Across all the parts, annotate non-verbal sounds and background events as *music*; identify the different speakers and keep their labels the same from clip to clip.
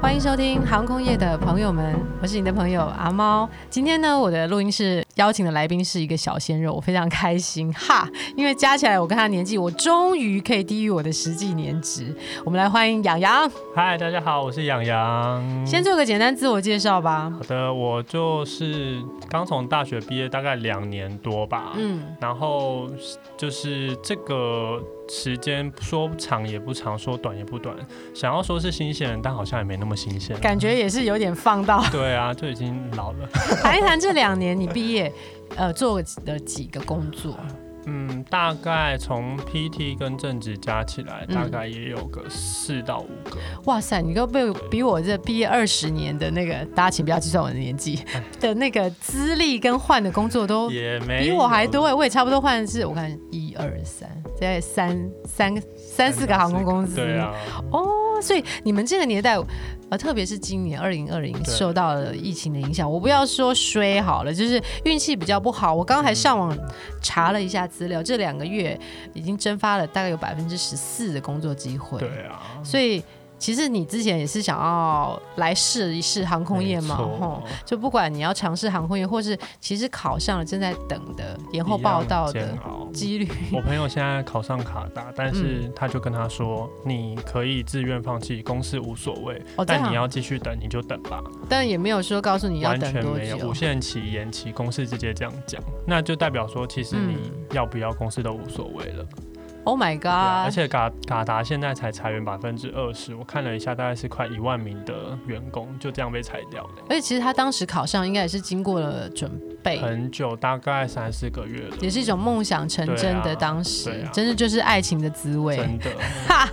Speaker 1: 欢迎收听航空业的朋友们，我是你的朋友阿猫。今天呢，我的录音室邀请的来宾是一个小鲜肉，我非常开心哈，因为加起来我跟他的年纪，我终于可以低于我的实际年值。我们来欢迎养洋，
Speaker 2: 嗨，大家好，我是养洋。
Speaker 1: 先做个简单自我介绍吧。
Speaker 2: 好的，我就是刚从大学毕业，大概两年多吧。
Speaker 1: 嗯，
Speaker 2: 然后就是这个时间说长也不长，说短也不短。想要说是新鲜人，但好像也没那么新鲜。
Speaker 1: 感觉也是有点放到。
Speaker 2: 对啊，就已经老了。
Speaker 1: 谈一谈这两年你毕业，呃，做的几个工作？
Speaker 2: 嗯，大概从 PT 跟正职加起来，
Speaker 1: 嗯
Speaker 2: 大概也有个四到五个。
Speaker 1: 哇塞，你都被比我这毕业二十年的那个，大家请不要计算我的年纪的那个资历跟换的工作都
Speaker 2: 也没
Speaker 1: 哦比我还
Speaker 2: 有
Speaker 1: 多哎，我也差不多换的是，我看一二三，大概三三三四个航空公司。
Speaker 2: 对啊，
Speaker 1: 哦，所以你们这个年代，呃，特别是今年二零二零
Speaker 2: 对
Speaker 1: 受到了疫情的影响，我不要说衰好了，就是运气比较不好。我刚刚
Speaker 2: 嗯
Speaker 1: 还上网查了一下资料，这两个月已经蒸发了大概有百分之十四的工作机会。
Speaker 2: 对啊，
Speaker 1: 所以其实你之前也是想要来试一试航空业嘛，
Speaker 2: 没错
Speaker 1: 吼。就不管你要尝试航空业，或是其实考上了正在等的延后报道
Speaker 2: 一样哦
Speaker 1: 的
Speaker 2: 煎熬
Speaker 1: 几率，
Speaker 2: 我朋友现在考上卡达，但
Speaker 1: 嗯
Speaker 2: 是他就跟他说，你可以自愿放弃，公司无所谓，
Speaker 1: *laughs* 哦这
Speaker 2: 但
Speaker 1: 样
Speaker 2: 你要继续等，你就等吧，
Speaker 1: 但也没有说告诉你要
Speaker 2: 完
Speaker 1: 等
Speaker 2: 全
Speaker 1: 多
Speaker 2: 没有
Speaker 1: 久
Speaker 2: 无。限期延期，公司直接这样讲，那就代表说，其实你
Speaker 1: 嗯
Speaker 2: 要不要公司都无所谓了。
Speaker 1: Oh my
Speaker 2: 对啊
Speaker 1: god！
Speaker 2: 而且卡卡达现在才裁员百分之二十，我看了一下，大概是快一万名的员工就这样被裁掉了，
Speaker 1: 而且其实他当时考上，应该也是经过了准备，
Speaker 2: 很久，大概三四个月了，
Speaker 1: 也是一种梦想成真
Speaker 2: 对
Speaker 1: 的
Speaker 2: 啊
Speaker 1: 当时，
Speaker 2: 对啊
Speaker 1: 真的就是爱情的滋味。*laughs*
Speaker 2: 真的。
Speaker 1: 哈，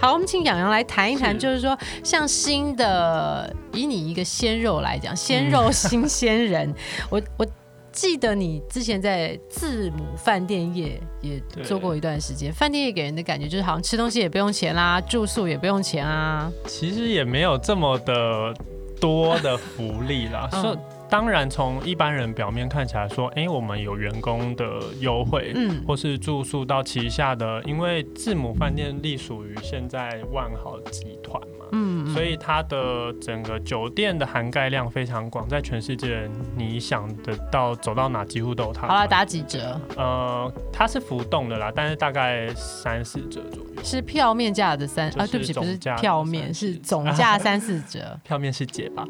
Speaker 1: 好，我们请洋洋来谈一谈，
Speaker 2: 是
Speaker 1: 就是说，像新的，以你一个鲜肉来
Speaker 2: 嗯
Speaker 1: 讲，鲜肉新鲜人， *laughs* 我我记得你之前在字母饭店业也
Speaker 2: 对
Speaker 1: 做过一段时间，饭店业给人的感觉就是好像吃东西也不用钱啦，住宿也不用钱啊，。
Speaker 2: 其实也没有这么的多的福利啦
Speaker 1: 嗯
Speaker 2: 说、当然，从一般人表面看起来说，诶，我们有员工的优惠。
Speaker 1: 嗯，
Speaker 2: 或是住宿到旗下的，因为字母饭店隶属于现在万豪集团嘛，
Speaker 1: 嗯，
Speaker 2: 所以它的整个酒店的涵盖量非常广，在全世界你想得到走到哪几乎都有它。
Speaker 1: 好了，打几折？
Speaker 2: 呃，它是浮动的啦，但是大概三四折左右。
Speaker 1: 是票面价的三、
Speaker 2: 就是
Speaker 1: 啊，对不起，不是
Speaker 2: 总价的
Speaker 1: 票面，
Speaker 2: 三
Speaker 1: 是
Speaker 2: 四
Speaker 1: 总价三四折，
Speaker 2: 票面是解吧？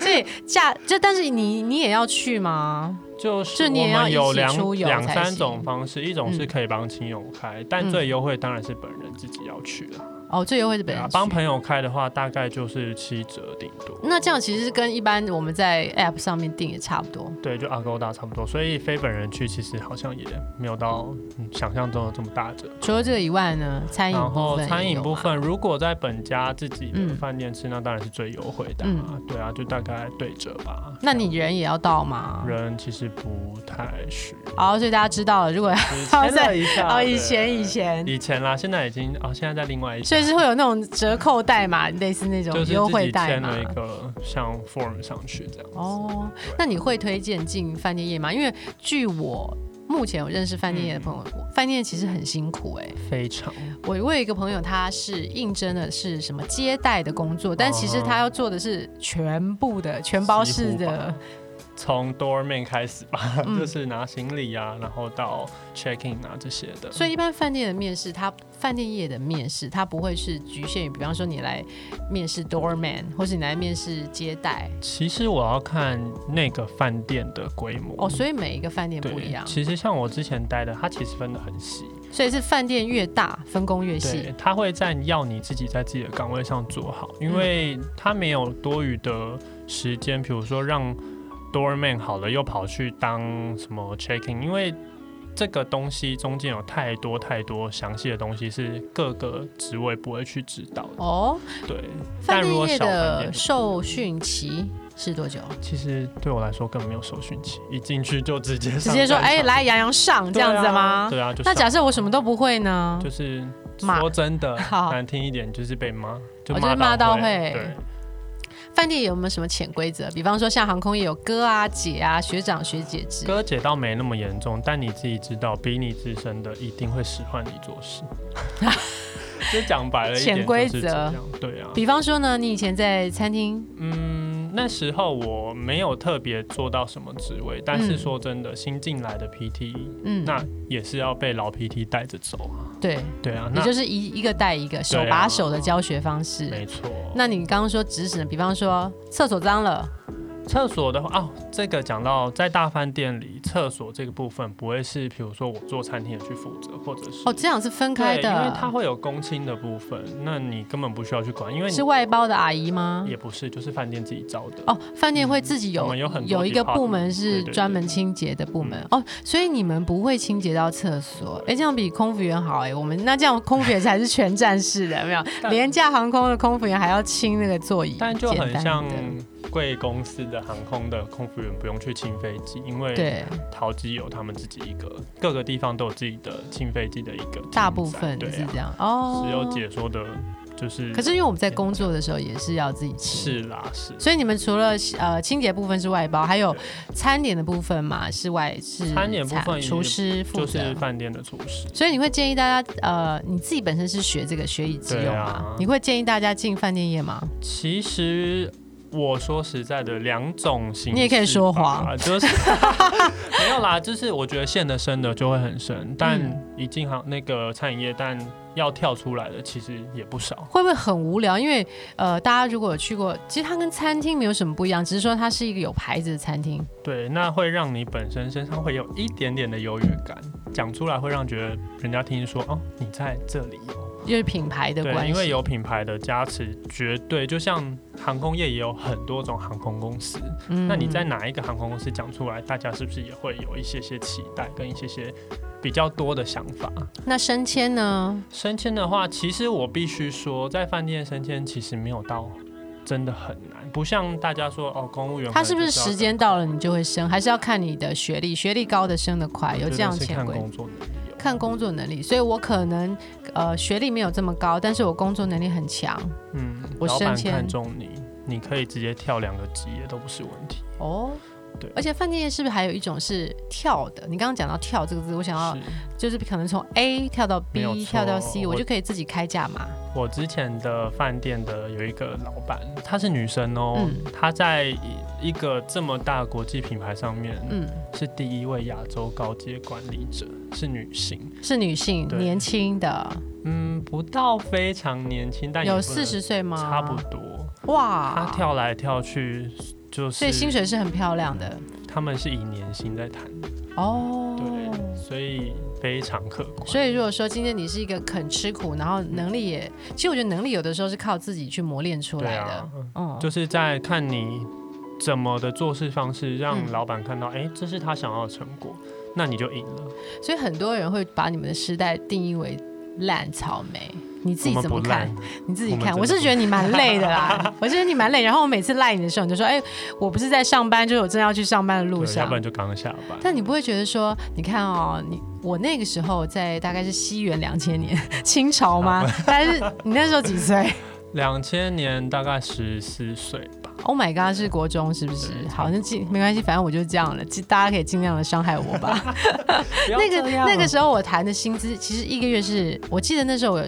Speaker 1: 所以价就但是你你也要去吗？
Speaker 2: 就是
Speaker 1: 就
Speaker 2: 我
Speaker 1: 你也要
Speaker 2: 们有
Speaker 1: 一起出
Speaker 2: 两
Speaker 1: 游
Speaker 2: 两
Speaker 1: 才
Speaker 2: 三
Speaker 1: 行
Speaker 2: 种方式，一种是
Speaker 1: 嗯
Speaker 2: 可以帮亲友开，但
Speaker 1: 嗯
Speaker 2: 最优惠当然是本人自己要去啦。
Speaker 1: 哦，最优惠是本
Speaker 2: 对
Speaker 1: 人
Speaker 2: 啊
Speaker 1: 去，
Speaker 2: 帮朋友开的话，大概就是七折顶多。
Speaker 1: 那这样其实是跟一般我们在 App 上面订也差不多。
Speaker 2: 对，就阿勾大差不多，所以非本人去其实好像也没有到嗯想象中的这么大折。
Speaker 1: 除了这个以外呢，餐饮
Speaker 2: 然
Speaker 1: 部
Speaker 2: 后
Speaker 1: 分
Speaker 2: 餐
Speaker 1: 也有
Speaker 2: 饮部
Speaker 1: 嘛，
Speaker 2: 分，如果在本家自己的
Speaker 1: 嗯
Speaker 2: 饭店吃，那当然是最优惠的、啊。对啊，就大概对折吧。
Speaker 1: 那你人也要到吗？
Speaker 2: 人其实不太需
Speaker 1: *laughs*
Speaker 2: 要。
Speaker 1: 好，所以大家知道了，如果
Speaker 2: 以
Speaker 1: 好
Speaker 2: 前
Speaker 1: 在
Speaker 2: 了一
Speaker 1: 哦，
Speaker 2: 下啊对
Speaker 1: 以前以前，
Speaker 2: 以前啦，现在已经哦，现在在另外一家
Speaker 1: 所以是会有那种折扣代码，类似那种
Speaker 2: 就是
Speaker 1: 优
Speaker 2: 自
Speaker 1: 惠
Speaker 2: 己
Speaker 1: 代
Speaker 2: 签
Speaker 1: 码
Speaker 2: 了。一个像 form 上去这样。
Speaker 1: 哦，那你会推荐进饭店业吗？因为据我目前有认识饭店业的朋友，
Speaker 2: 嗯
Speaker 1: 饭店业其实很辛苦哎、
Speaker 2: 非常
Speaker 1: 我我有一个朋友，他是应征的是什么接待的工作，但其实
Speaker 2: 哦
Speaker 1: 他要做的是全部的全包式
Speaker 2: 几乎
Speaker 1: 的
Speaker 2: 吧。从 doorman 开始吧，
Speaker 1: 嗯
Speaker 2: *laughs* 就是拿行李啊，然后到 check in 啊这些的。
Speaker 1: 所以一般饭店的面试，它饭店业的面试，它不会是局限于，比方说你来面试 doorman，或是你来面试接待
Speaker 2: 其实我要看那个饭店的规模
Speaker 1: 哦，所以每一个饭店不一
Speaker 2: 对，
Speaker 1: 样，
Speaker 2: 其实像我之前待的，它其实分得很细，
Speaker 1: 所以是饭店越大，分工越细
Speaker 2: 对，。它会在要你自己在自己的岗位上做好，因为
Speaker 1: 嗯
Speaker 2: 它没有多余的时间，比如说让 doorman 好了又跑去当什么 checking，因为这个东西中间有太多太多详细的东西是各个职位不会去知道的。
Speaker 1: 哦，
Speaker 2: 对，
Speaker 1: 饭
Speaker 2: 但
Speaker 1: 店
Speaker 2: 如果
Speaker 1: 业
Speaker 2: 小饭
Speaker 1: 的
Speaker 2: 店，
Speaker 1: 受训期是多久？
Speaker 2: 其实对我来说根本没有受训期，一进去就直接
Speaker 1: 直
Speaker 2: 上
Speaker 1: 接说，
Speaker 2: 战
Speaker 1: 哎、
Speaker 2: 场
Speaker 1: 来洋洋上这
Speaker 2: 对啊
Speaker 1: 样子吗？
Speaker 2: 对啊，就
Speaker 1: 那
Speaker 2: 上
Speaker 1: 假设我什么都不会呢？
Speaker 2: 就是
Speaker 1: 骂
Speaker 2: 说真的
Speaker 1: 好
Speaker 2: 难听一点，就是被骂，就
Speaker 1: 哦就是
Speaker 2: 骂
Speaker 1: 骂到
Speaker 2: 到
Speaker 1: 会
Speaker 2: 对，
Speaker 1: 饭店有没有什么潜规则？比方说像航空业有哥啊、姐啊、学长、学姐制。
Speaker 2: 哥姐倒没那
Speaker 1: *laughs*
Speaker 2: 么严重，但你自己知道，比你资深的一定会使唤你做事。就讲白了一点，
Speaker 1: 潜规
Speaker 2: 就是这
Speaker 1: 则
Speaker 2: 样，对啊。
Speaker 1: 比方说呢，你以前在餐厅，
Speaker 2: 嗯，那时候我没有特别做到什么职位，但是说真的，新进来的 PT，、
Speaker 1: 嗯，
Speaker 2: 那也是要被老 PT 带着走啊。
Speaker 1: 对，
Speaker 2: 对啊，
Speaker 1: 你
Speaker 2: 那
Speaker 1: 就是一一个带一个，手
Speaker 2: 对啊
Speaker 1: 把手的教学方式。
Speaker 2: 没错。
Speaker 1: 那你刚刚说指使呢，比方说厕所脏了，
Speaker 2: 厕所的话，哦，这个讲到在大饭店里，厕所这个部分不会是，比如说我做餐厅的去负责，或者是
Speaker 1: 哦，这样是分开
Speaker 2: 对，因为
Speaker 1: 的，
Speaker 2: 它会有公亲的部分，那你根本不需要去管，因为你
Speaker 1: 是外包的阿姨吗？
Speaker 2: 也不是，就是饭店自己招的。
Speaker 1: 哦，饭店会自己
Speaker 2: 我
Speaker 1: 有
Speaker 2: 们有很多
Speaker 1: 一个部门
Speaker 2: department，
Speaker 1: 是
Speaker 2: 对对对嗯
Speaker 1: 专门清洁的部门哦，所以你们不会清洁到厕所，哎，这样比空服员好哎，我们那这样空服员才是全站式
Speaker 2: *laughs*
Speaker 1: 的，有没有？
Speaker 2: 但
Speaker 1: 廉价航空的空服员还要清那个座椅，
Speaker 2: 但就
Speaker 1: 简
Speaker 2: 很
Speaker 1: 单
Speaker 2: 像
Speaker 1: 的
Speaker 2: 贵公司的航空的空服员不用去清飞机，因为
Speaker 1: 对
Speaker 2: 桃机有他们自己一个，各个地方都有自己的清飞机的一个进展。
Speaker 1: 大部分
Speaker 2: 对
Speaker 1: 是
Speaker 2: 啊
Speaker 1: 这，样哦，
Speaker 2: 只有解说的，就是
Speaker 1: 可是因为我们在工作的时候也是要自己清。
Speaker 2: 是啦是。
Speaker 1: 所以你们除了呃清洁部分是外包，还有
Speaker 2: 对
Speaker 1: 餐点的部分嘛是外是
Speaker 2: 餐点部分也
Speaker 1: 厨师负
Speaker 2: 就
Speaker 1: 责。
Speaker 2: 是饭店的厨师，
Speaker 1: 所以你会建议大家呃你自己本身是学这个学以致用
Speaker 2: 对
Speaker 1: 嘛？
Speaker 2: 啊
Speaker 1: 你会建议大家进饭店业吗？
Speaker 2: 其实我说实在的，两种形式吧
Speaker 1: 你也可以说谎，
Speaker 2: 啊就是
Speaker 1: *laughs*
Speaker 2: 没有啦，就是我觉得陷得深的就会很深，但
Speaker 1: 嗯
Speaker 2: 一进行那个餐饮业，但要跳出来的其实也不少。
Speaker 1: 会不会很无聊？因为呃，大家如果有去过，其实它跟餐厅没有什么不一样，只是说它是一个有牌子的餐厅。
Speaker 2: 对，那会让你本身身上会有一点点的优越感，讲出来会让觉得人家听说哦，你在这里哦。
Speaker 1: 因为品牌的关
Speaker 2: 对，
Speaker 1: 系，
Speaker 2: 因为有品牌的加持，绝对就像航空业也有很多种航空公司，
Speaker 1: 嗯
Speaker 2: 那你在哪一个航空公司讲出来，大家是不是也会有一些些期待跟一些些比较多的想法？
Speaker 1: 那升迁呢？
Speaker 2: 升迁的话，其实我必须说，在饭店升迁其实没有到真的很难，不像大家说哦，公务员
Speaker 1: 它是不是
Speaker 2: 可能就是要
Speaker 1: 时间到了你就会升，还是要看你的学历？学历高的升得快，有
Speaker 2: 我觉
Speaker 1: 这
Speaker 2: 得
Speaker 1: 样
Speaker 2: 是
Speaker 1: 潜
Speaker 2: 看
Speaker 1: 规则
Speaker 2: 工作能力哦、
Speaker 1: 看工作能力，所以我可能呃学历没有这么高，但是我工作能力很强
Speaker 2: 嗯，
Speaker 1: 我
Speaker 2: 老
Speaker 1: 升
Speaker 2: 板
Speaker 1: 迁
Speaker 2: 看中你，你可以直接跳两个级也都不是问题。
Speaker 1: 哦。
Speaker 2: 对
Speaker 1: 而且饭店业是不是还有一种是跳的？你刚刚讲到跳这个字，我想要
Speaker 2: 是
Speaker 1: 就是可能从 A 跳到
Speaker 2: 没有
Speaker 1: B
Speaker 2: 错
Speaker 1: 跳到 C，我
Speaker 2: 我
Speaker 1: 就可以自己开价嘛。
Speaker 2: 我之前的饭店的有一个老板，她是女生哦，
Speaker 1: 嗯
Speaker 2: 她在一个这么大国际品牌上面，
Speaker 1: 嗯，
Speaker 2: 是第一位亚洲高阶管理者，是女性。
Speaker 1: 是女性，
Speaker 2: 对
Speaker 1: 年轻的，
Speaker 2: 嗯，不到非常年轻，但也
Speaker 1: 有
Speaker 2: 不能
Speaker 1: 四十岁吗？
Speaker 2: 差不多。她
Speaker 1: 哇，
Speaker 2: 跳来跳去，就是
Speaker 1: 所以薪水是很漂亮的
Speaker 2: 他们是以年薪在谈，
Speaker 1: 哦。
Speaker 2: 对，所以非常可观。
Speaker 1: 所以，如果说今天你是一个肯吃苦，然后能力也，其实我觉得能力有的时候是靠自己去磨练出
Speaker 2: 对
Speaker 1: 来的。
Speaker 2: 啊，嗯
Speaker 1: 嗯，
Speaker 2: 就是在看你怎么的做事方式，让
Speaker 1: 嗯
Speaker 2: 老板看到，哎、这是他想要的成果，那你就赢了。
Speaker 1: 所以很多人会把你们的时代定义为烂草莓。你自
Speaker 2: 我
Speaker 1: 己
Speaker 2: 们
Speaker 1: 怎
Speaker 2: 不
Speaker 1: 么看
Speaker 2: 烂？，
Speaker 1: 你自己
Speaker 2: 我们
Speaker 1: 看。
Speaker 2: 真的
Speaker 1: 我是觉得你蛮累的啦，
Speaker 2: *laughs*
Speaker 1: 我觉得你蛮累。然后我每次赖你的时候，你就说：“哎、我不是在上班，就是我正要去上班的路
Speaker 2: 对，要
Speaker 1: 上
Speaker 2: 不。然就刚下班。”
Speaker 1: 但你不会觉得说，你看哦，你我那个时候在大概是西元两千年 *laughs* 清朝吗？大概是你那时候几岁
Speaker 2: *laughs* 两千年大概十四岁吧，
Speaker 1: ？Oh my god，是国中是不是？
Speaker 2: 对
Speaker 1: 好，那尽没关系，反正我就这样了，尽大家可以尽量的伤害我吧。那个
Speaker 2: 啊
Speaker 1: 那个时候我谈的薪资，其实一个月是我记得那时候我，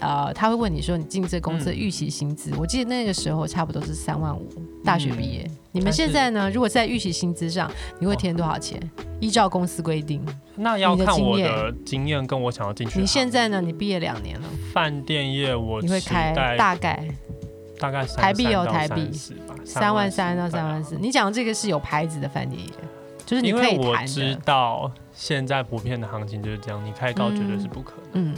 Speaker 1: 呃，他会问你说你进这公司的
Speaker 2: 嗯
Speaker 1: 预期薪资，我记得那个时候差不多是三万五，大学毕业。你们
Speaker 2: 嗯但是
Speaker 1: 现在呢？如果在预期薪资上，你会填多少钱？依照公司规定。
Speaker 2: 那要看我
Speaker 1: 你
Speaker 2: 的
Speaker 1: 的
Speaker 2: 经验跟我想要进去的行业。
Speaker 1: 你现在呢？你毕业两年了，
Speaker 2: 饭店业啊我
Speaker 1: 你会开
Speaker 2: 期待
Speaker 1: 大概
Speaker 2: 大概
Speaker 1: 台币有
Speaker 2: 33到
Speaker 1: 台币
Speaker 2: 30吧，
Speaker 1: 三万三到
Speaker 2: 34
Speaker 1: 三万四。
Speaker 2: 对啊
Speaker 1: 你讲的这个是有牌子的饭店业，就是你
Speaker 2: 因
Speaker 1: 可以
Speaker 2: 为我
Speaker 1: 谈
Speaker 2: 知
Speaker 1: 的。
Speaker 2: 道现在普遍的行情就是这样，你开高绝对是不可能。
Speaker 1: 嗯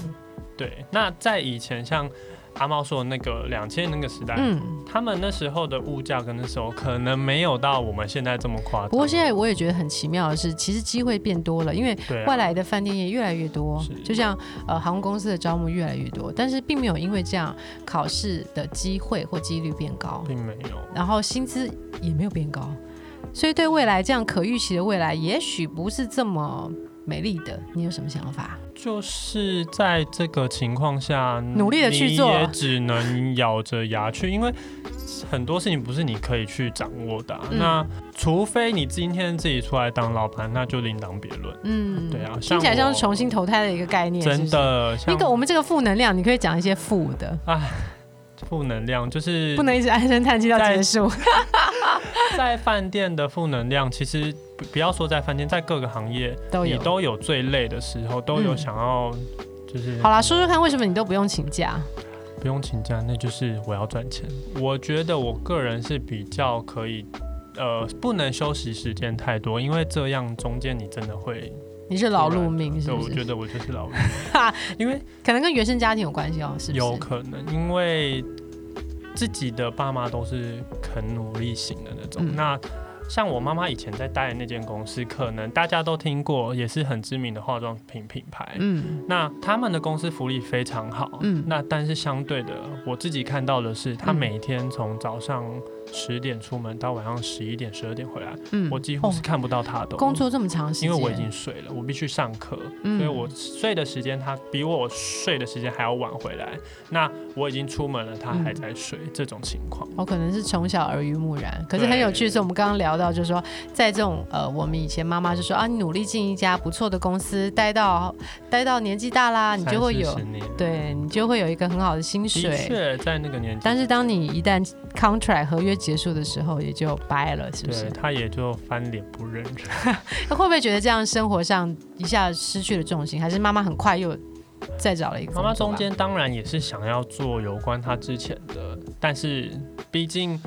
Speaker 2: 对，那在以前像阿猫说的那个两千那个时代，
Speaker 1: 嗯。
Speaker 2: 他们那时候的物价跟那时候可能没有到我们现在这么夸张。
Speaker 1: 不过现在我也觉得很奇妙的是，其实机会变多了，因为
Speaker 2: 对、啊、
Speaker 1: 外来的饭店也越来越多
Speaker 2: 是，
Speaker 1: 就像呃航空公司的招募越来越多，但是并没有因为这样考试的机会或几率变高，
Speaker 2: 并没有。
Speaker 1: 然后薪资也没有变高，所以对未来这样可预期的未来，也许不是这么美丽的。你有什么想法？
Speaker 2: 就是在这个情况下，
Speaker 1: 努力地去做
Speaker 2: 你也只能咬着牙去，因为很多事情不是你可以去掌握的啊、
Speaker 1: 嗯
Speaker 2: 那除非你今天自己出来当老板，那就另当别论。
Speaker 1: 嗯，
Speaker 2: 对啊
Speaker 1: 听起来像
Speaker 2: 像我
Speaker 1: 是重新投胎的一个概念，是不
Speaker 2: 真
Speaker 1: 是。
Speaker 2: 的，像
Speaker 1: 那个我们这个负能量，你可以讲一些负的，
Speaker 2: 负能量就是
Speaker 1: 不能一直唉声叹气到
Speaker 2: 在
Speaker 1: 结束。
Speaker 2: 在饭店的负能量，其实不不要说在饭店，在各个行业
Speaker 1: 都有
Speaker 2: 你都有最累的时候，都有
Speaker 1: 嗯
Speaker 2: 想要就是
Speaker 1: 好啦，说说看为什么你都不用请假？
Speaker 2: 不用请假，那就是我要赚钱。我觉得我个人是比较可以，呃，不能休息时间太多，因为这样中间你真的会，
Speaker 1: 你是劳碌命是
Speaker 2: 对，
Speaker 1: 不
Speaker 2: 我觉
Speaker 1: 是？
Speaker 2: 得我就是老人，因为
Speaker 1: 可能跟原生家庭有关系哦，是不
Speaker 2: 有
Speaker 1: 是？
Speaker 2: 可能因为自己的爸妈都是肯努力型的那种，
Speaker 1: 嗯
Speaker 2: 那。像我妈妈以前在待的那间公司，可能大家都听过，也是很知名的化妆品品牌。
Speaker 1: 嗯
Speaker 2: 那他们的公司福利非常好，
Speaker 1: 嗯
Speaker 2: 嗯，那但是相对的，我自己看到的是，他
Speaker 1: 嗯
Speaker 2: 每天从早上十点出门到晚上十一点、十二点回来，
Speaker 1: 嗯哦
Speaker 2: 我几乎是看不到他的、
Speaker 1: 工，作这么长时间，
Speaker 2: 因为我已经睡了，我必须上课，
Speaker 1: 嗯
Speaker 2: 所以我睡的时间他比我睡的时间还要晚回来。那我已经出门了，他还在睡，
Speaker 1: 嗯
Speaker 2: 这种情况。
Speaker 1: 我可能是从小耳濡目染，可是很有趣的是，我们刚刚聊到，就是说，在这种呃，我们以前妈妈就说啊，你努力进一家不错的公司，待到待到年纪大
Speaker 2: *laughs*
Speaker 1: 啦，你就会有
Speaker 2: 30，年，
Speaker 1: 对你就会有一个很好的薪
Speaker 2: 的
Speaker 1: 水。
Speaker 2: 确在那个年纪，
Speaker 1: 但是当你一旦 contract 合约结束的时候，也就掰了，是不是
Speaker 2: 对？他也就翻脸不认人。
Speaker 1: 那会不会觉得这样生活上一下失去了重心？还是妈妈很快又再找了一个
Speaker 2: 妈
Speaker 1: 工作吧？啊
Speaker 2: 妈中间当然也是想要做有关她之前的，但是毕竟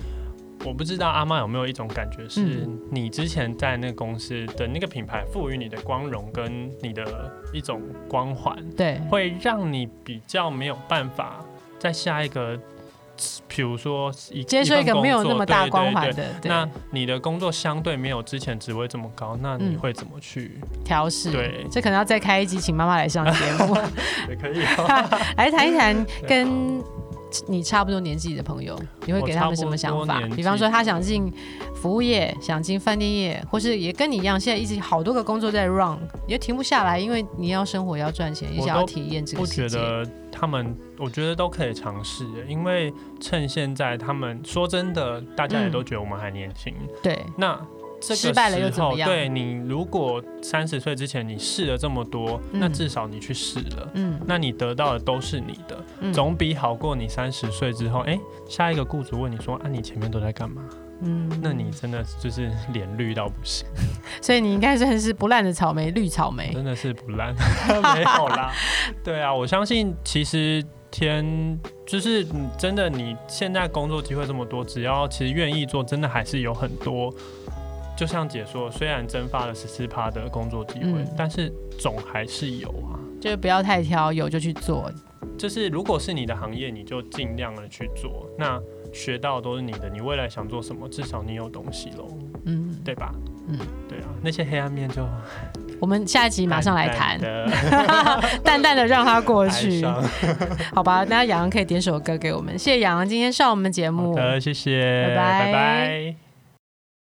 Speaker 2: 我不知道阿妈有没有一种感觉，是
Speaker 1: 嗯
Speaker 2: 你之前在那个公司的那个品牌赋予你的光荣跟你的一种光环，
Speaker 1: 对，
Speaker 2: 会让你比较没有办法在下一个，比如说一
Speaker 1: 接受一个
Speaker 2: 份
Speaker 1: 没有
Speaker 2: 工作
Speaker 1: 那么大
Speaker 2: 对对
Speaker 1: 光
Speaker 2: 对
Speaker 1: 环的，对
Speaker 2: 那你的工作相对没有之前职位这么高，那你
Speaker 1: 嗯
Speaker 2: 会怎么去？
Speaker 1: 调试，
Speaker 2: 对
Speaker 1: 这可能要再开一集，请妈妈来上节
Speaker 2: *laughs*
Speaker 1: 目。
Speaker 2: 也可以、啊
Speaker 1: 来谈一谈跟你差不多年纪的朋友，你会给他们什么想
Speaker 2: 我差
Speaker 1: 法
Speaker 2: 不多？年纪
Speaker 1: 比方说，他想进服务业，想进饭店业，或是也跟你一样，现在一直好多个工作在 run，也停不下来，因为你要生活，要赚钱，也想要体验这
Speaker 2: 我
Speaker 1: 个
Speaker 2: 觉
Speaker 1: 世界。
Speaker 2: 得他们，我觉得都可以尝试耶，因为趁现在他们说真的，大家也
Speaker 1: 嗯
Speaker 2: 都觉得我们还年轻。
Speaker 1: 对，
Speaker 2: 那这个
Speaker 1: 失败了又
Speaker 2: 时
Speaker 1: 怎么
Speaker 2: 候
Speaker 1: 样
Speaker 2: 对你，如果三十岁之前你试了这么多，那
Speaker 1: 嗯
Speaker 2: 至少你去试了。
Speaker 1: 嗯
Speaker 2: 那你得到的都是你的，
Speaker 1: 嗯，
Speaker 2: 总比好过你三十岁之后，哎、下一个雇主问你说啊，你前面都在干嘛？
Speaker 1: 嗯
Speaker 2: 那你真的就是脸绿到不行，
Speaker 1: 所以你应该算是不烂的草莓，绿草
Speaker 2: *laughs*
Speaker 1: 莓。
Speaker 2: 真的是不
Speaker 1: *laughs*
Speaker 2: 烂，没有啦。对啊，我相信其实天就是你真的，你现在工作机会这么多，只要其实愿意做，真的还是有很多。就像姐说，虽然蒸发了十四趴的工作机会，
Speaker 1: 嗯
Speaker 2: 但是总还是有啊。
Speaker 1: 就是不要太挑，有就去做。
Speaker 2: 就是如果是你的行业，你就尽量的去做，那学到的都是你的，你未来想做什么，至少你有东西喽，
Speaker 1: 嗯，
Speaker 2: 对吧？
Speaker 1: 嗯
Speaker 2: 嗯，对啊，那些黑暗面就
Speaker 1: 我们下一集马上来谈
Speaker 2: 淡，淡地
Speaker 1: 淡淡的让它过
Speaker 2: *laughs* 哀
Speaker 1: 去，
Speaker 2: 伤
Speaker 1: 好吧？那杨洋可以点首歌给我们，谢谢杨洋今天上我们节目。
Speaker 2: 好的，谢谢，
Speaker 1: 拜拜
Speaker 2: 拜拜